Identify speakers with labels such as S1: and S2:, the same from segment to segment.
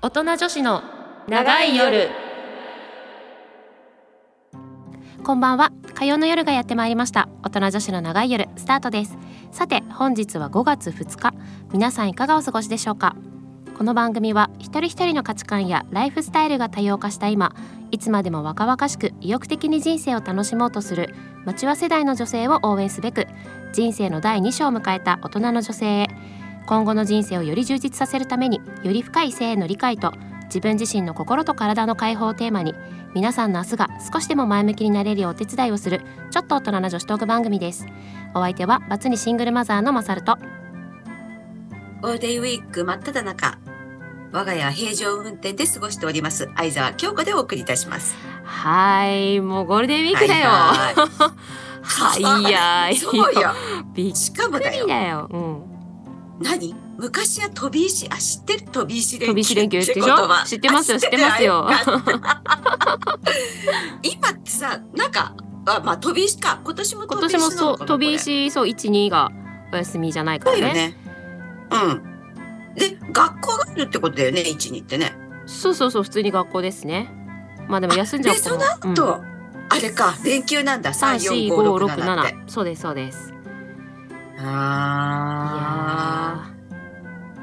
S1: 大人女子の長い夜こんばんは火曜の夜がやってまいりました大人女子の長い夜スタートですさて本日は5月2日皆さんいかがお過ごしでしょうかこの番組は一人一人の価値観やライフスタイルが多様化した今いつまでも若々しく意欲的に人生を楽しもうとする町和世代の女性を応援すべく人生の第2章を迎えた大人の女性へ今後の人生をより充実させるためにより深い性への理解と自分自身の心と体の解放をテーマに皆さんの明日が少しでも前向きになれるようお手伝いをするちょっと大人な女子トーク番組ですお相手はバツにシングルマザーのマサルと
S2: ゴールデンウィーク真っ只中我が家は平常運転で過ごしております相沢京子でお送りいたします
S1: はいもうゴールデンウィークだよ
S2: はいは
S1: はいや
S2: いそうよ
S1: びっ
S2: しかも
S1: く
S2: だ
S1: り
S2: よ
S1: だよ、うん、
S2: 何昔は飛び石あ知ってる飛び石連
S1: 飛び石連休
S2: 休
S1: で
S2: っ
S1: してょ
S2: 言葉
S1: 知ってますよ
S2: あ
S1: 知ってますよ
S2: あよかった 今ってさなんかあまあ飛び石か今年も
S1: 今
S2: 飛び石
S1: 年もそう
S2: なのかな
S1: 飛び石そう12がお休みじゃないか
S2: こ
S1: ら
S2: れ
S1: ね
S2: だよねうんで学校があるってことだよね一にってね
S1: そうそうそう普通に学校ですねまあでも休んじゃう
S2: で
S1: 子
S2: そ
S1: も
S2: の後、あれか連休なんだ
S1: 三
S2: 三
S1: 四
S2: 四
S1: 五
S2: 五六
S1: 六
S2: 七って
S1: 七そうですそうですいや
S2: ああ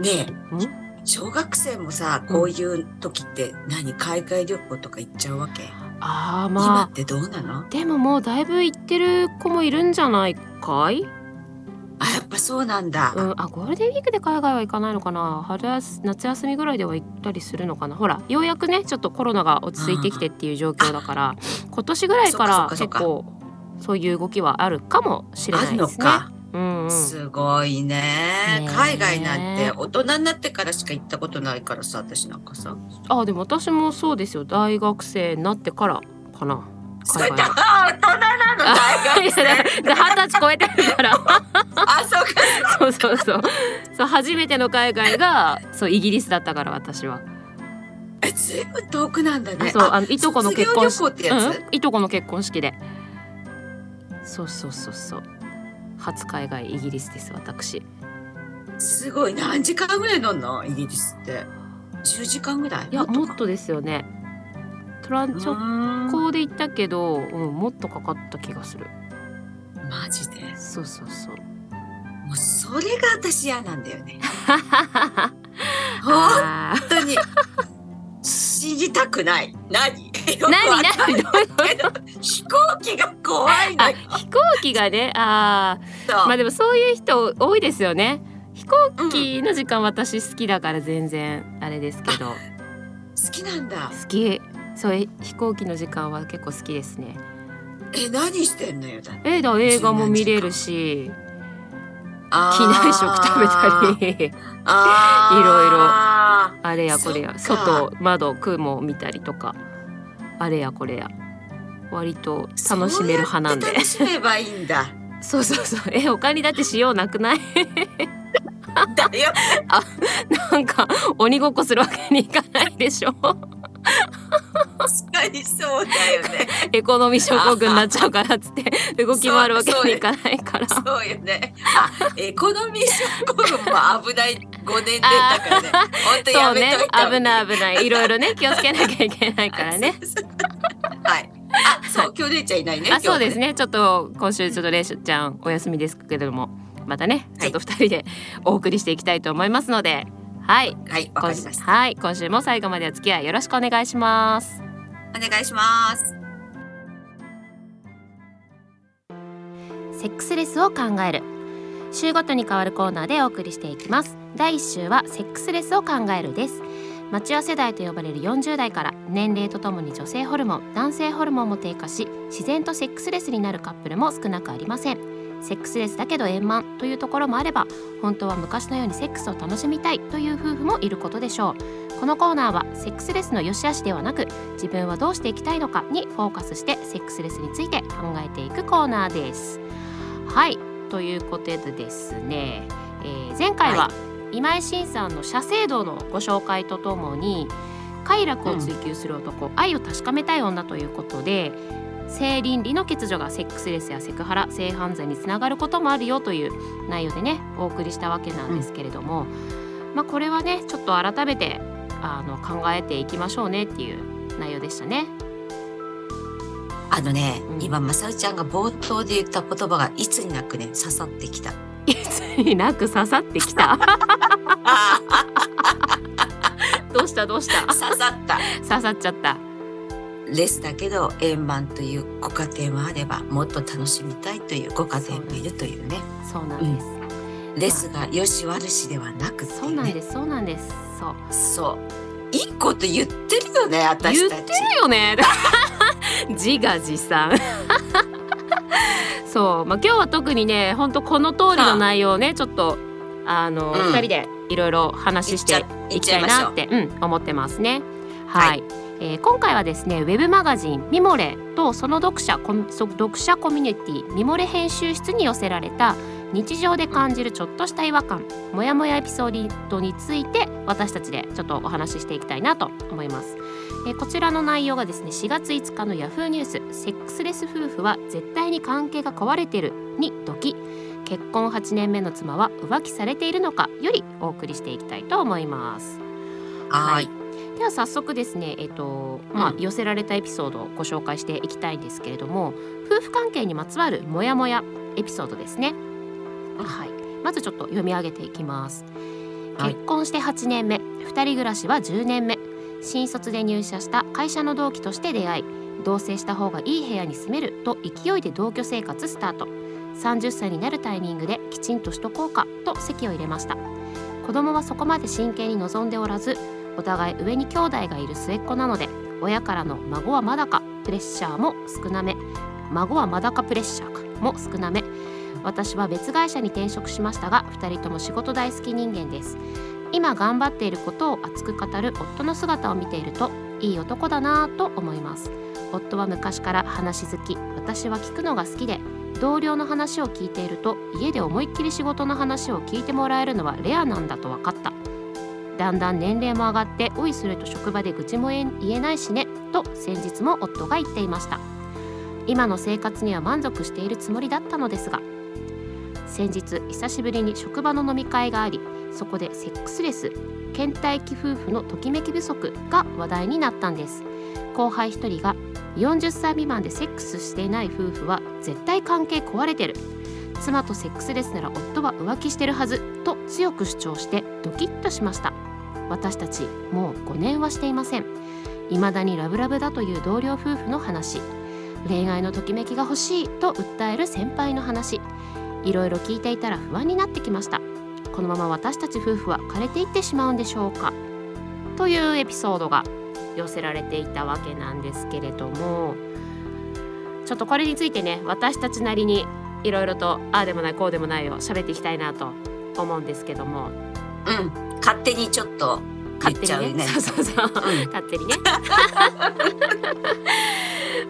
S2: ね
S1: ーん
S2: え小学生もさこういう時って何海外旅行とか行っちゃうわけ、
S1: あー
S2: 今
S1: ま
S2: ってどうなの
S1: あでももうだいぶ行ってる子もいるんじゃないかい、
S2: あやっぱそうなんだ、
S1: うん、あゴールデンウィークで海外は行かないのかな春休夏休みぐらいでは行ったりするのかなほらようやくねちょっとコロナが落ち着いてきてっていう状況だから今年ぐらいから
S2: そっか
S1: 結
S2: そっか
S1: 構そういう動きはあるかもしれ
S2: あ
S1: な
S2: る
S1: いで
S2: の
S1: すね。う
S2: か、
S1: んうん、
S2: すごいね
S1: ねえ
S2: 海外なんて大人になってからしか行ったことないからさ私なんかさ
S1: あでも私もそうですよ大学生になってからかな。
S2: そ
S1: 海
S2: れ
S1: 外
S2: だあ大人なの大
S1: い
S2: 学
S1: やだ
S2: 生
S1: だ二十歳超えてるから
S2: あそうか
S1: そうそうそうそう初めての海外がそうイギリスだったから私は、
S2: えずいぶん遠くなんだ
S1: あ
S2: ね
S1: そうあのいとこの結婚
S2: 卒業旅行ってやつ、
S1: うんいとこの結婚式でそうそうそうそう初海外イギリスです私
S2: すごい何時間ぐらい乗んのイギリスって10時間ぐらい
S1: いやもっ
S2: か
S1: とですよねトランチョ
S2: うーん
S1: コで行ったけど、うん、もっとかかった気がする
S2: マジで
S1: そうそうそう
S2: もうそれが私嫌なんだよね本
S1: あ ー
S2: 当に信じたくない
S1: 何
S2: 何よくわかん
S1: 何
S2: ないけど飛行機が怖いの
S1: あ
S2: よ
S1: 飛行機がねあーまあでもそういう人多いですよね飛行機の時間私好きだから全然あれですけど、
S2: 好きなんだ
S1: 好きそうえ飛行機の時間は結構好きですね
S2: え何してんのよだって
S1: えだ映画も見れるし機
S2: 機
S1: 内食食べたりいろいろ
S2: あ
S1: あれやこれや
S2: そっか
S1: 外窓雲を見たりとかあれやこれや割と
S2: ー
S1: 楽しめる派なんで
S2: そうやって楽しめばいい んだ
S1: そうそうそうえ他にだってしようなくない
S2: だよ
S1: なんか鬼ごっこするわけにいかないでしょ
S2: 確かにそうだよね
S1: エコノミー症候群になっちゃうからっ つって動き回るわけにいかない から。
S2: そうよね。 あ、エコノミー症候群も危ない五年でだからね。本当
S1: そ
S2: や
S1: うね
S2: めといた方がいい。
S1: 危ない危ないいろいろね気をつけなきゃいけないからね。
S2: そうそう。 はい。あ、そう、今日姉ちゃんいないね。
S1: あそうです
S2: ね。
S1: ねちょっと今週ちょっとレイシュちゃんお休みですけれどもまたねちょっと2人でお送りしていきたいと思いますのではい
S2: はい、わ
S1: 今
S2: かり
S1: 週
S2: ました。
S1: はい今週も最後までお付き合いよろしくお願いします。
S2: お願いします。
S1: セックスレスを考える週ごとに変わるコーナーでお送りしていきます第1週はセックスレスを考えるです町屋世代と呼ばれる40代から年齢とともに女性ホルモン男性ホルモンも低下し自然とセックスレスになるカップルも少なくありませんセックスレスだけど円満というところもあれば本当は昔のようにセックスを楽しみたいという夫婦もいることでしょうこのコーナーはセックスレスの良し悪しではなく自分はどうしていきたいのかにフォーカスしてセックスレスについて考えていくコーナーですはいということでですね、えー前回は
S2: は
S1: 今井慎さんの社制度のご紹介とともに快楽を追求する男、愛を確かめたい女ということで性倫理の欠如がセックスレスやセクハラ性犯罪につながることもあるよという内容でねお送りしたわけなんですけれども、まあこれはねちょっと改めてあの考えていきましょうねっていう内容でしたね。
S2: あのね、
S1: うん
S2: 今まさおちゃんが冒頭で言った言葉がいつになくね刺さってきた。
S1: いつになく刺さってきた。
S2: あ
S1: どうしたどうした
S2: あ。刺さった。
S1: 刺さっちゃった。
S2: レスだけど円満というご家庭もあればもっと楽しみたいというご家庭もいるというね
S1: そうなんです。
S2: レスがよし悪しではなくて、ね、
S1: そうなんです。そうなんです。そう。
S2: そういいこと言ってるよね私
S1: 言ったて
S2: ち
S1: るよね。 自画自賛。そう、まあ、今日は特にね、本当この通りの内容をね、ちょっと。あの、
S2: うん
S1: 二人でいろいろ話してい
S2: 言っ
S1: き
S2: ち
S1: た
S2: ゃい
S1: い
S2: ましょ
S1: な
S2: う
S1: って、うん、思ってますね。はい、
S2: はい
S1: えー今回はですねウェブマガジン「ミモレ」とその読者コミそ読者コミュニティミモレ編集室に寄せられた日常で感じるちょっとした違和感モヤモヤエピソードについて私たちでちょっとお話ししていきたいなと思います。えーこちらの内容がですね4月5日のヤフーニュース「セックスレス夫婦は絶対に関係が壊れてる」にドキ結婚8年目の妻は浮気されているのかよりお送りしていきたいと思います。
S2: はーい
S1: では早速ですね、えっとまあ、寄せられたエピソードをご紹介していきたいんですけれども夫婦関係にまつわるモヤモヤエピソードですね。はい、まずちょっと読み上げていきます。
S2: はい
S1: 結婚して8年目2人暮らしは10年目新卒で入社した会社の同期として出会い同棲した方がいい部屋に住めると勢いで同居生活スタート30歳になるタイミングできちんとしとこうかと籍を入れました子供はそこまで真剣に望んでおらずお互い上に兄弟がいる末っ子なので親からの孫はまだかプレッシャーも少なめ孫はまだかプレッシャーかも少なめ私は別会社に転職しましたが2人とも仕事大好き人間です今頑張っていることを熱く語る夫の姿を見ているといい男だなぁと思います夫は昔から話好き私は聞くのが好きで同僚の話を聞いていると家で思いっきり仕事の話を聞いてもらえるのはレアなんだと分かっただんだん年齢も上がって「おいすると職場で愚痴も言えないしね」と先日も夫が言っていました今の生活には満足しているつもりだったのですが先日久しぶりに職場の飲み会がありそこでセックスレス倦怠期夫婦のときめき不足が話題になったんです後輩一人が40歳未満でセックスしていない夫婦は絶対関係壊れてる妻とセックスレスなら夫は浮気してるはずと強く主張してドキッとしました私たちもう5年はしていません未だにラブラブだという同僚夫婦の話恋愛のときめきが欲しいと訴える先輩の話いろいろ聞いていたら不安になってきましたこのまま私たち夫婦は枯れていってしまうんでしょうかというエピソードが寄せられていたわけなんですけれどもちょっとこれについてね私たちなりにいろいろとああでもないこうでもないを喋っていきたいなと思うんですけども
S2: うん勝手にちょっと言っ
S1: 勝手
S2: ちゃう
S1: にね
S2: ね
S1: そうそうそう
S2: うん
S1: 勝手にね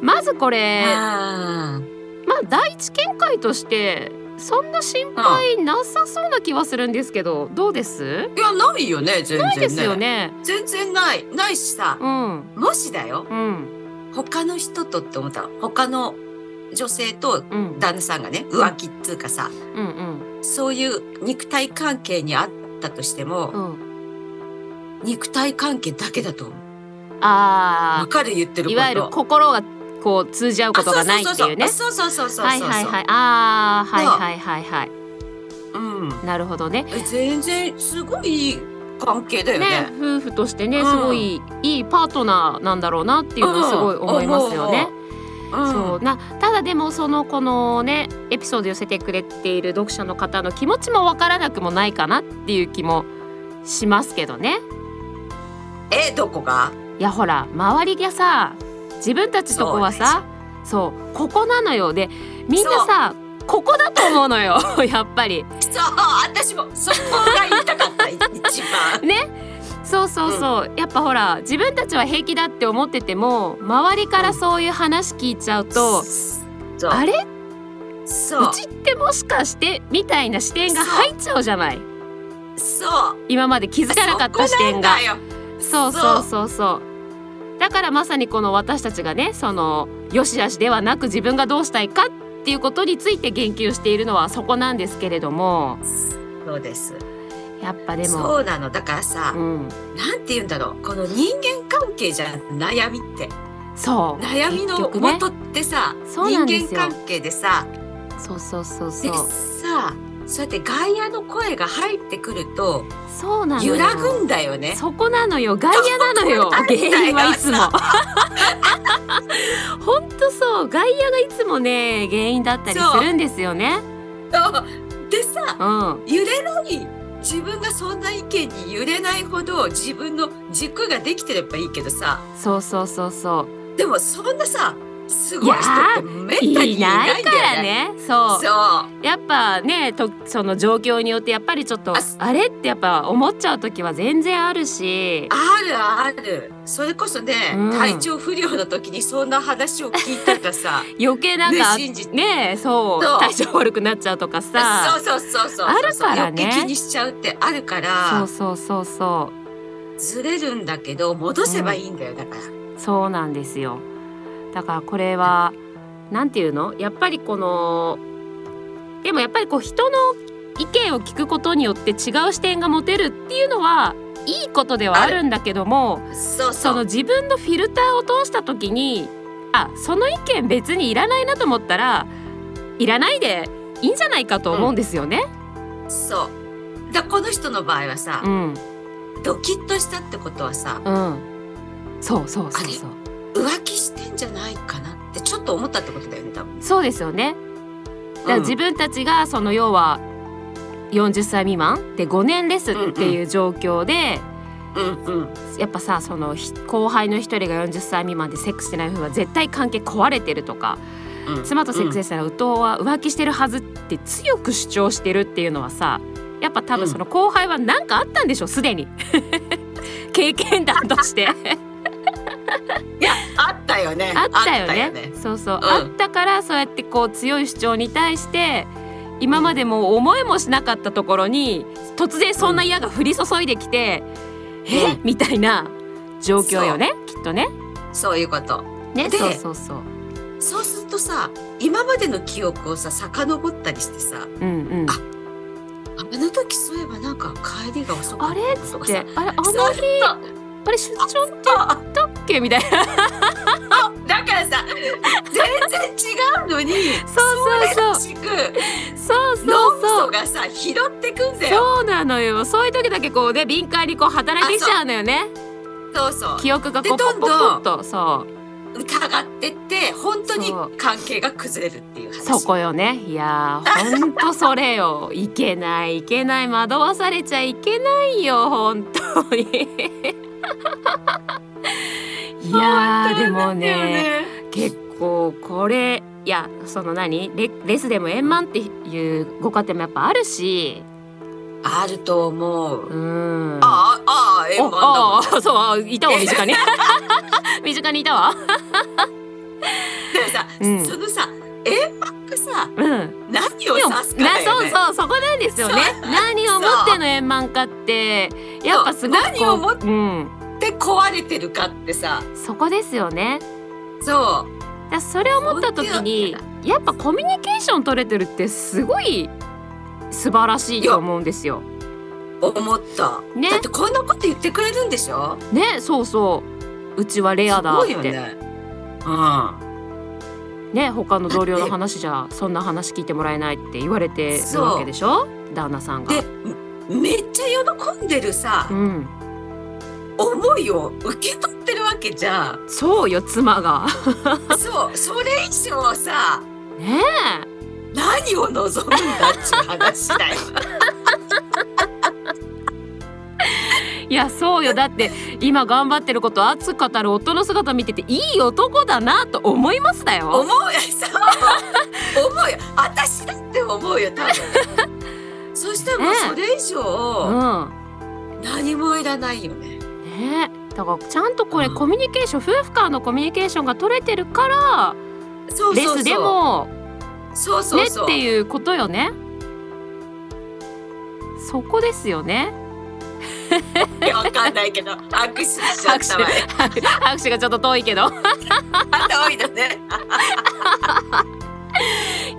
S1: まずこれ
S2: あー
S1: まあ第一見解としてそんな心配なさそうな気はするんですけど、どうです
S2: いやないよね全然ね
S1: ないですよね。
S2: 全然ないないしさ
S1: うん
S2: もしだよ
S1: うん
S2: 他の人とって思ったら他の女性と
S1: うん
S2: 旦那さんがね浮気っつうかさ
S1: うん
S2: そういう肉体関係にあったとして
S1: う
S2: も、
S1: んうん
S2: 肉体関係だけだと思う。わ
S1: あ
S2: かる言って
S1: あ
S2: るこ
S1: い
S2: と。
S1: わゆる心がこう通じ合うことがないっていうね
S2: あ。そうそうそうそう。あ
S1: は
S2: そ
S1: い
S2: うそうそうそうそう。
S1: はいはいああはいはいはいはい
S2: うん。
S1: なるほどね。
S2: え全然すごいいい関係だよ
S1: ね
S2: ね。
S1: 夫婦としてね
S2: うん
S1: すごいいいパートナーなんだろうなっていうのはすごい思いますよね。
S2: うん。
S1: そうなただでもそのこのねエピソード寄せてくれている読者の方の気持ちもわからなくもないかなっていう気もしますけどね
S2: えどこが？
S1: いやほら周りがさ自分たちとこはさそう,、ここなのよでみんなさここだと思うのよ やっぱり
S2: そう私もそこが言いたか った一番。
S1: そうそうそう、やっぱほら自分たちは平気だって思ってても周りからそういう話聞いちゃうと、
S2: そう
S1: あれう
S2: そう
S1: ちってもしかしてみたいな視点が入っちゃうじゃない
S2: そう。
S1: 今まで気づかなかった視点が
S2: そこなんだよ。
S1: そうそうそうそうだからまさにこの私たちがねそのよしあしではなく自分がどうしたいかっていうことについて言及しているのはそこなんですけれども
S2: そうです。
S1: いやっぱでも
S2: そうなのだからさ、
S1: うん
S2: なんて言うんだろうこの人間関係じゃん悩みって
S1: そう
S2: 悩みの
S1: 結局ね
S2: 元ってさ、
S1: そうなんですよ
S2: 人間関係でさ
S1: そうそうそう
S2: で
S1: そう
S2: さそうやって外野の声が入ってくると
S1: そうなのよ
S2: 揺らぐんだよね。
S1: そこなのよ外野なのよ
S2: そうなん
S1: 原
S2: だよ
S1: 因はいつも 本当そう外野がいつもね原因だったりするんですよね
S2: そうでさ
S1: うん
S2: 揺れない自分がそんな意見に揺れないほど自分の軸ができてればいいけどさ
S1: そうそうそうそう
S2: でもそんなさすごい人ってめったに
S1: い
S2: いな
S1: ないい
S2: んだ
S1: か
S2: よ
S1: ら
S2: ね。
S1: ねそう
S2: そうあ
S1: やっぱねとその状況によってやっぱりちょっと
S2: あ
S1: あれってやっぱ思っちゃう時は全然あるし
S2: るあるそれこそね、
S1: うん
S2: 体調不良の時にそんな話を聞いたらさ
S1: 余計 なんか
S2: ね信じて
S1: ねえそう
S2: そう
S1: 体調悪くなっちゃうとか
S2: そ
S1: さ
S2: うそうそうそう
S1: あるからね
S2: 余計気にしちゃうってあるか
S1: そう
S2: ら
S1: そうそうそ
S2: ずれるんだけど戻せばいいんだよだから。
S1: うそうなんですよだからこれはなんていうのやっぱりこのでもやっぱりこう人の意見を聞くことによって違う視点が持てるっていうのはいいことではあるんだけども
S2: そうそ
S1: そうの自分のフィルターを通した時にあその意見別にいらないなと思ったらいらないでいいんじゃないかと思うんですよね。
S2: そうだこの人の場合はさ、
S1: うん、
S2: ドキッとしたってことはさ
S1: うん、そうそうそうそう
S2: 浮気してんじゃないかなってちょっと思ったってことだよね多分。
S1: そうですよね。だから自分たちがその要は40歳未満で5年ですっていう状況で、
S2: うんうん
S1: やっぱさそのひ後輩の一人が40歳未満でセックスしてない夫婦は絶対関係壊れてるとか
S2: うん
S1: 妻とセックスしたら右藤は浮気してるはずって強く主張してるっていうのはさやっぱ多分その後輩は何かあったんでしょすでに 経験談として
S2: あったよね
S1: あったよね
S2: あったよね
S1: そうそう、
S2: うん
S1: あったからそうやってこう強い主張に対して今までもう思いもしなかったところに突然そんな矢が降り注いできて、え
S2: うん
S1: みたいな状況よねきっとね。
S2: そういうこと
S1: ね
S2: で
S1: そうそうそう。
S2: そうするとさ今までの記憶をさ遡ったりしてさ
S1: うんうん、
S2: ああの時そういえばなんか帰りが遅か
S1: あ
S2: った
S1: れっつ
S2: と
S1: っ
S2: か
S1: て
S2: さ
S1: あれあの日
S2: そう
S1: あれ出張だ
S2: あ
S1: っけみたいな。
S2: あだからさ全然違うのに
S1: そうそうそう
S2: それらし
S1: そう
S2: く脳
S1: そう
S2: み
S1: そ。
S2: そうがさ拾ってくんだよ
S1: そうなのよ。そういう時だけこうね敏感にこう働いてきちゃうのよね。
S2: そうそう
S1: 記憶がこうポ
S2: でど
S1: ッ
S2: ん
S1: ポ
S2: ど
S1: ッ
S2: ん
S1: ポッとそう
S2: 疑ってって本当に
S1: そう
S2: 関係が崩れるっていう話
S1: そこよね。いやー本当それよ。いけないいけない惑わされちゃいけないよ本 当に。いやーでもね結構これいやその何レレスでも円満っていうご家庭もやっぱあるし。
S2: あると思
S1: う
S2: う、
S1: ん。
S2: ああああ円満だも
S1: あ
S2: ん
S1: あそうあいたわ身近 に身近にいたわ
S2: でもさ、
S1: うん
S2: そのさ円満がさ
S1: うん
S2: 何を指すか
S1: な
S2: だよ
S1: そう
S2: ね
S1: そうそこなんですよね何を持っての円満かってやっぱすごくこう
S2: そう何をも
S1: う
S2: っ
S1: ん
S2: で壊れてるかってさ
S1: そこですよね
S2: そ
S1: だからそれを思った時に
S2: そう
S1: やっぱコミュニケーション取れてるってすごい素晴らしいと思うんですよ
S2: う思った、
S1: ね
S2: だってこんなこと言ってくれるんでしょ
S1: ねそうそううちはレアだっ
S2: すごいよ
S1: て
S2: ねうん
S1: ね他の同僚の話じゃそんな話聞いてもらえないって言われてるわけでしょ旦那さんが
S2: でめっちゃ喜んでるさ、
S1: うん
S2: 思いを受け取ってるわけじゃん
S1: そうよ妻が
S2: そうそれ以上さ
S1: ね
S2: 何を望むんだっていう話だよ。
S1: えいやそうよだって今頑張ってることを熱く語る夫の姿見てていい男だなと 思いますだ
S2: 思う
S1: よ
S2: よ、そう。思うよ。私だって思うよ、多分。そしてもう
S1: ね
S2: それ以
S1: う
S2: 上、
S1: ん
S2: 何もいらないよね。
S1: ねえだからちゃんとこれ
S2: うん
S1: コミュニケーション夫婦間のコミュニケーションが取れてるから
S2: そう
S1: レ
S2: そうそう。
S1: スでも
S2: そうそ
S1: ね
S2: う
S1: っ
S2: そう。
S1: ていうことよねそこですよね
S2: いやわかんないけど、握手しちゃっ
S1: 拍手
S2: たわよ。
S1: 拍手がちょっと遠いけど
S2: あ遠いのね。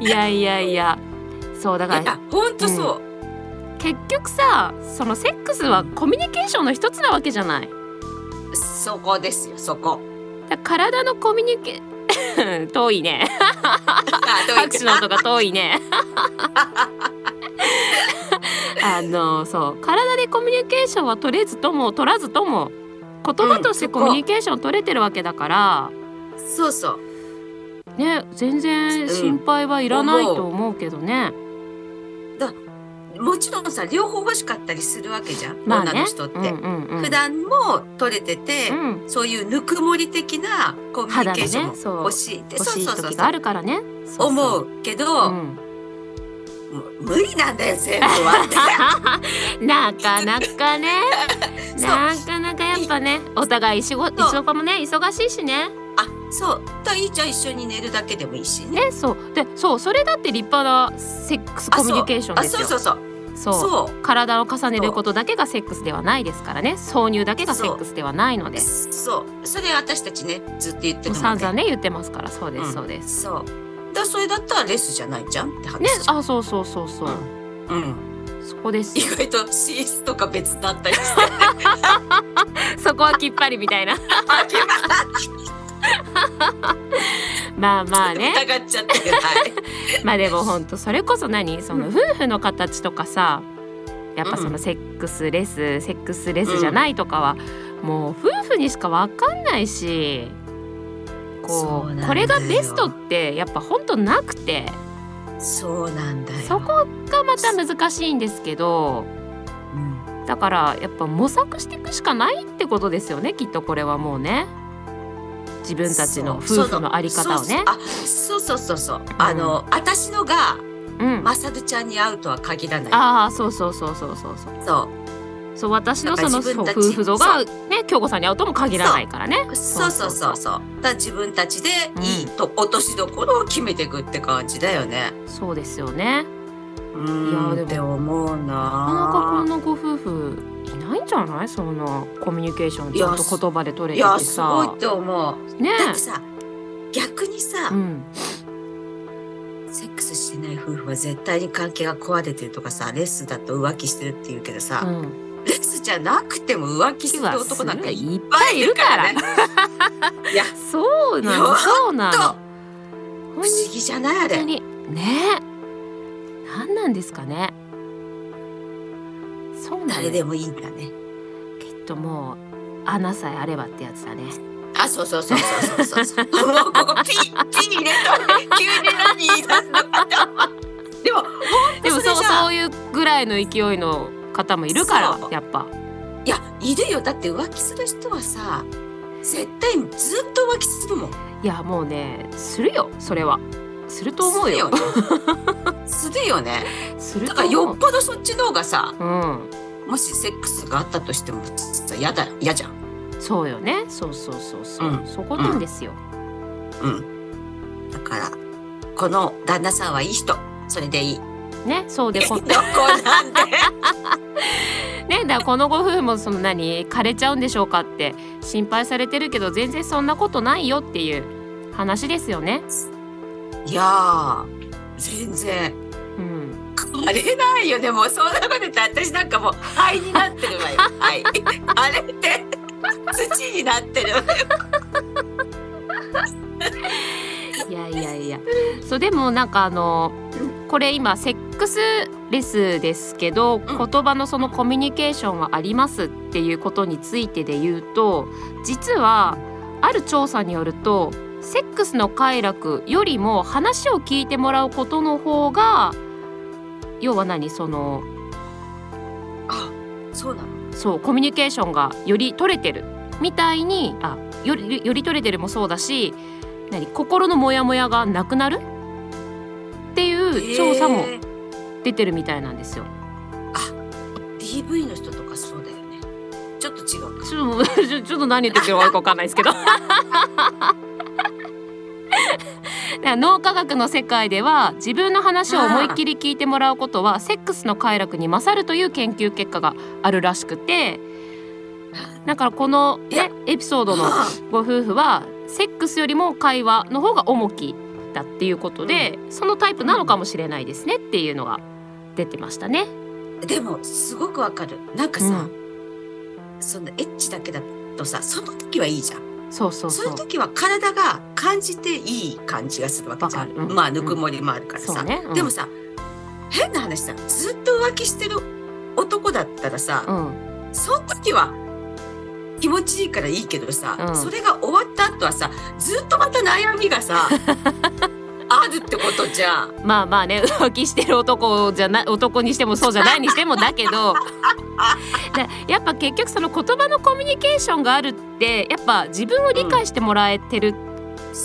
S1: いやいやいやそうだ
S2: い
S1: から
S2: や、本当そう。
S1: 結結局さそのセックスはコミュニケーションの一つなわけじゃない
S2: そこですよ、そこ。
S1: だから体のコミュニケ 遠いね
S2: あどうい
S1: 拍
S2: う
S1: 手の音が遠い ねあのそう体でコミュニケーションは取れずとも取らずとも言葉として
S2: うんそ
S1: コ
S2: こ
S1: ミュニケーション取れてるわけだから、
S2: そうそう。
S1: ね全然心配はいらないと思うけどね、
S2: もちろんさ、両方欲しかったりするわけじゃん。
S1: まあね
S2: 女の人って。
S1: うんうんうん、
S2: 普段も取れてて、
S1: うん、
S2: そういうぬくもり的なコミュ
S1: 肌
S2: ニ
S1: の
S2: ケーション
S1: ね
S2: も
S1: そう
S2: 欲
S1: 欲
S2: しいって、そう
S1: しい
S2: そうそう
S1: 時
S2: そ
S1: があ
S2: う。
S1: るからねそうそう
S2: 思うけど、も
S1: ん
S2: う無理なんだよ、全部 は。
S1: なかなか ね
S2: そう
S1: なかなかやっぱねお互い仕事
S2: そう
S1: 仕事もね忙しいしね
S2: あ、そう。と、いいちゃん一緒に寝るだけでもいいしね。
S1: ねそうでそうそれだって立派なセックスコミュニケーション
S2: あ、
S1: です
S2: そう
S1: よ
S2: そうそう。
S1: そう
S2: そう。
S1: 体を重ねることだけがセックスではないですからね挿入だけがセックスではないので
S2: そうそれ私たちねずっと言って
S1: もう
S2: た
S1: 散
S2: ので
S1: 々ね言ってますからそうです、
S2: うん
S1: そうです
S2: そうだそれだったらレスじゃないじゃんって話
S1: ね
S2: じゃん
S1: あそうそうそうそう、
S2: うん、
S1: そこです
S2: 意
S1: よ
S2: 外と寝室とか別だったりして
S1: そこはきっぱりみたいな まあ まあね
S2: 疑っちゃってるはい
S1: まあでも本当それこそ何その
S2: うん
S1: 夫婦の形とかさやっぱそうの
S2: ん
S1: セックスレス、セックスレスじゃないとかは、もう夫婦にしか分かんないし
S2: そ
S1: こ
S2: うなん
S1: う
S2: だよ
S1: これがベストってやっぱ本当なくて
S2: そうなんだよ
S1: そこがまた難しいんですけど
S2: うん
S1: だからやっぱ模索していくしかないってことですよねきっとこれはもうね自分たちの
S2: そう
S1: 夫婦のあり方をね。
S2: そうそうあそうそうそうそうあの私のが
S1: うん、
S2: マサルちゃんに会うとは限らない
S1: ああそうそうそうそうそうそう。
S2: そ
S1: そう私のその
S2: だから自分
S1: そう
S2: たち
S1: 夫婦像がね京子さんに会うとも限らないからね
S2: うそうそうそうそうだから自分たちでいいと、落としどころを決めていくって感じだよね
S1: そうですよね
S2: うん
S1: いやでも
S2: って思
S1: な
S2: うな
S1: かなかこんなご夫婦いないんじゃないそんなコミュニケーションちゃんと
S2: いや
S1: 言葉で取
S2: い
S1: れて
S2: や
S1: て
S2: すごい
S1: さ
S2: って思う
S1: ね
S2: だってさ逆にさ、
S1: うん
S2: セックスしてない夫婦は絶対に関係が壊れてるとかさレッスだと浮気してるって言うけどさ、
S1: うん
S2: レッスじゃなくても浮気する男なんかいっ
S1: いっ
S2: ぱいいるからね
S1: ぱ。
S2: いや
S1: そうなの
S2: や
S1: そうな
S2: と
S1: の
S2: 不思議じゃないあ
S1: 本当
S2: れ。
S1: にね何なんですかねそうな
S2: 誰
S1: の
S2: で
S1: よ
S2: もいいんだね。
S1: きっともう穴さえあればってやつだね
S2: あそうそうそうそうそうそう。も うここピッピに入れとる急に何言い出すのかと思うでも
S1: でもそ
S2: それ
S1: う
S2: じゃ あ
S1: そういうぐらいの勢いの方もいるから
S2: そう
S1: やっぱ
S2: いやいるよだって浮気する人はさ絶対ずっと浮気するもん。
S1: いやもうねするよそれはすると思うよ
S2: するよね。す
S1: す
S2: るよね。
S1: る
S2: だ
S1: と
S2: から
S1: 思
S2: よ
S1: う
S2: っぽどそっちの方がさ
S1: うん
S2: もしセックスがあったとしてもさ嫌だ嫌じゃん。
S1: そうよねそうそうそうそう、
S2: うん
S1: そこなんですよ、
S2: うん。だからこの旦那さんはいい人それでいい。
S1: ねそうで
S2: ど
S1: こ
S2: こ
S1: ね
S2: なん で。
S1: だからこのご夫婦もその何枯れちゃうんでしょうかって心配されてるけど全然そんなことないよっていう話ですよね
S2: いやー全然
S1: うん
S2: あれないよでもそんなこと言って私なんかもう灰になってるわよ。 はい。あれって土になってるわよ。
S1: いやいやいやそうでもなんかあのこれ今セックスレスですけど言葉のそのコミュニケーションはありますっていうことについてで言うと実はある調査によるとセックスの快楽よりも話を聞いてもらうことの方が要は何その
S2: あそうなの。
S1: そうコミュニケーションがより取れてるみたいにあよりより取れてるもそうだし何心のモヤモヤがなくなるっていう調査も
S2: へー
S1: 出てるみたいなんですよ。
S2: DV の人とかそうだよね。ちょっと違うか。
S1: ちょっと ちょちょっと何言ってるかよくわかんない ですけど。だから脳科学の世界では自分の話を思いっきり聞いてもらうことはセックスの快楽に勝るという研究結果があるらしくてだからこの、ね、エピソードのご夫婦はセックスよりも会話の方が重きだっていうことで、そのタイプなのかもしれないですねっていうのが出てましたね。
S2: でもすごくわかるなんか
S1: う
S2: さ、
S1: ん、
S2: そのエッチだけだとさその時はいいじゃん
S1: そうそう
S2: そう
S1: そう
S2: いう時は体が感じていい感じがするわけじゃ
S1: わ
S2: ん、
S1: かるうん
S2: まあぬくもりもあるから
S1: そ
S2: さ、
S1: うね、うん
S2: でもさ変な話さずっと浮気してる男だったらさ、
S1: うん
S2: その時は気持ちいいからいいけどさ、
S1: うん
S2: それが終わった後はさずっとまた悩み がさあるってことじゃん。
S1: まあまあね 浮気してる男じゃな男にしてもそうじゃないにしてもだけ どだやっぱ結局その言葉のコミュニケーションがあるってやっぱ自分を理解してもらえてる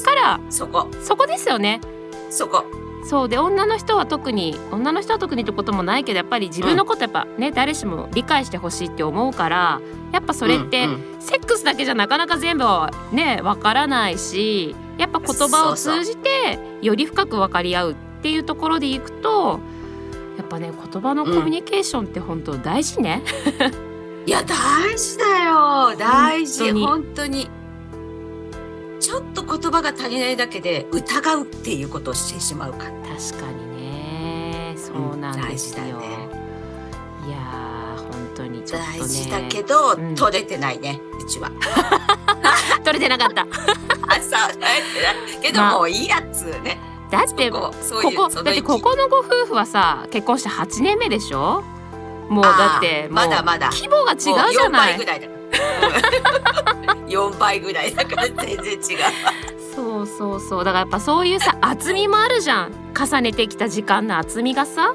S1: から、
S2: そこ
S1: そこですよね
S2: そこ
S1: そうで女の人は特に女の人は特にってこともないけどやっぱり自分のことやっぱね、誰しも理解してほしいって思うからやっぱそれって、
S2: うんうん
S1: セックスだけじゃなかなか全部はねわからないしやっぱ言葉を通じてより深く分かり合うっていうところでいくとやっぱね言葉のコミュニケーションって本当大事ね。
S2: いや大事だよ大事
S1: 本
S2: 本当にちょっと言葉が足りないだけで疑うっていうことをしてしまうから
S1: 確かにねそうなんですよ。
S2: うん大事だよね
S1: いやー本当にちょっとね
S2: 大事だけど、
S1: うん
S2: 取れてないねうちは。
S1: 取れてなかった。
S2: あそう取れてないけど、
S1: まあ
S2: もういいやつね。
S1: だって
S2: そこそう
S1: こ
S2: いう
S1: こ
S2: その
S1: だってここのご夫婦はさ結婚して8年目でしょもう
S2: あー
S1: だってもう
S2: まだまだ
S1: 規模が違うじゃない
S2: もう4倍ぐらいだ。4倍ぐらいだから全然違う。
S1: そうそうそうだからやっぱそういう さ厚みもあるじゃん重ねてきた時間の厚みがさ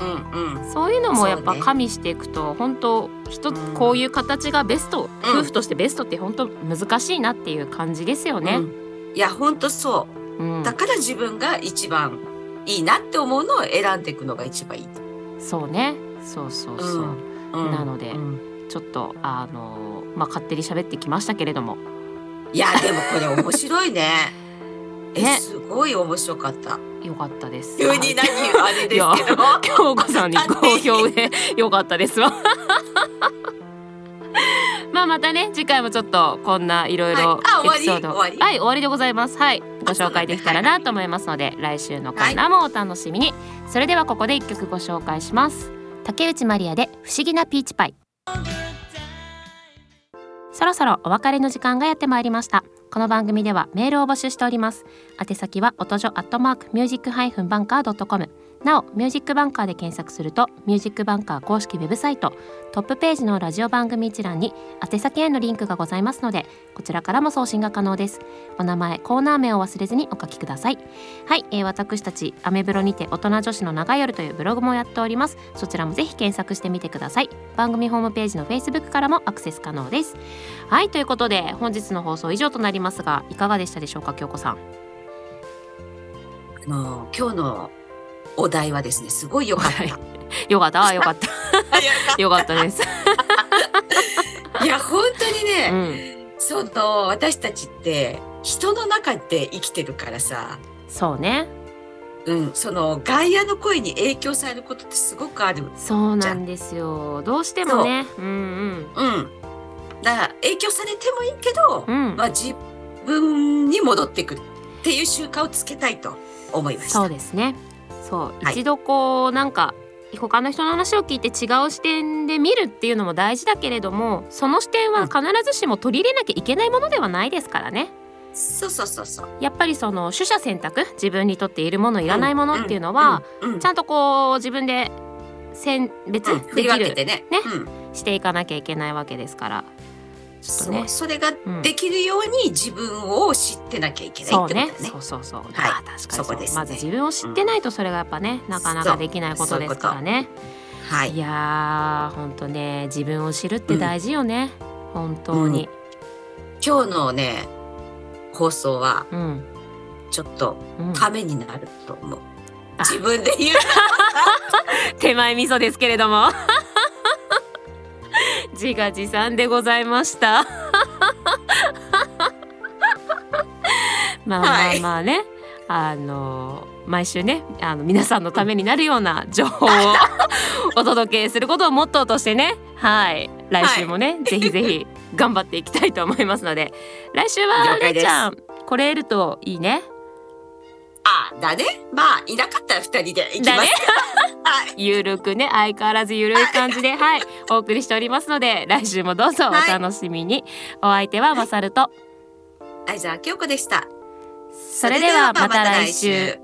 S2: うんうん。
S1: そういうのもやっ
S2: そう
S1: ぱ
S2: ね
S1: 加味していくと、本当人
S2: うん
S1: こういう形がベスト、
S2: うん
S1: 夫婦としてベストって本当難しいなっていう感じですよね。
S2: うんいや本当そ
S1: うん
S2: う。だから自分が一番いいなって思うのを選んでいくのが一番いいと。
S1: そうねそうそうそう、
S2: うんうん
S1: なので
S2: うん
S1: ちょっとあのーまあ勝手に喋ってきましたけれども
S2: いやでもこれ面白い ね。
S1: ね
S2: えすごい面白かった。
S1: よかったです。
S2: 急に何あれですけど。
S1: あ京子さんに好評でよかったですわ。まあまたね次回もちょっとこんないろいろ
S2: はいあ終わ
S1: エ
S2: り
S1: ピソード
S2: 終わり
S1: はい終わりでございますはいご紹介できたら
S2: は
S1: ないと思いますので、来週の観覧もお楽しみに、それではここで一曲ご紹介します竹内まりやで不思議なピーチパイそろそろお別れの時間がやってまいりましたこの番組ではメールを募集しております宛先は音女アットマークミュージックハイフンバンカードットコムなおミュージックバンカーで検索するとミュージックバンカー公式ウェブサイトトップページのラジオ番組一覧に宛先へのリンクがございますのでこちらからも送信が可能ですお名前コーナー名を忘れずにお書きくださいはい、えー私たちアメブロにて大人女子の長い夜というブログもやっておりますそちらもぜひ検索してみてください番組ホームページの Facebook からもアクセス可能ですはいということで本日の放送以上となりますがいかがでしたでしょうか京子さん
S2: あの今日のお題はですねすごい良かった。
S1: はい
S2: よか
S1: よかったあーよかった
S2: っ
S1: よかったです、
S2: たいや本当にね。
S1: うん、
S2: その私たちって人の中で生きてるからさ、
S1: そうね
S2: うん、その外野の声に影響されることってすごくある。
S1: そうなんですよどうしてもねうん
S2: うん、だから影響されてもいいけど、
S1: うんうん
S2: まあ、自分に戻ってくるっていう習慣をつけたいと思いました。
S1: そうですねそう、
S2: はい
S1: 一度こうなんか他の人の話を聞いて違う視点で見るっていうのも大事だけれどもその視点は必ずしも取り入れなきゃいけないものではないですからね
S2: そうそうそうそう。
S1: やっぱりその取捨選択自分にとっているものいらないものっていうのは、
S2: うん、うんうん
S1: ちゃんとこう自分で選別
S2: うん振
S1: で
S2: り
S1: き
S2: 分
S1: る、
S2: けてね。
S1: ね
S2: うん
S1: していかなきゃいけないわけですからょっと
S2: そ
S1: ね
S2: うそれができるように自分を知ってなきゃいけない
S1: そう
S2: ってことだ
S1: ね
S2: ね。
S1: そうそうそう、はい、
S2: は
S1: 確
S2: い
S1: かにそう
S2: そこですね
S1: まず自分を知ってないとそれがやっぱね、なかなかできないことですからね
S2: はいい。
S1: やー、本当ね、自分を知るって大事よね。本当に。
S2: 今日のね放送は
S1: うん。
S2: ちょっと
S1: うん
S2: ためになると思う。
S1: あ
S2: 自分で言う。
S1: 手前味噌ですけれども。 自画自賛でございました。まあまあまあね、あの毎週ね、あの皆さんのためになるような情 報をお届けすることをモットーとしてね、はい、来週もね、ぜひぜひ頑張っていきたいと思いますので、来週は
S2: 了
S1: れ
S2: 解
S1: い
S2: です
S1: ちゃん来れるといいね。
S2: あ、だね。まあ、いなかったら二人で行き
S3: だ
S2: ま
S3: ね
S2: す。はい。
S3: ゆるくね相変わらずゆるい感じではいお送りしておりますので来週もどうぞお楽しみに、お相手はまさると
S2: 相沢京子でした。
S3: それではまた来週。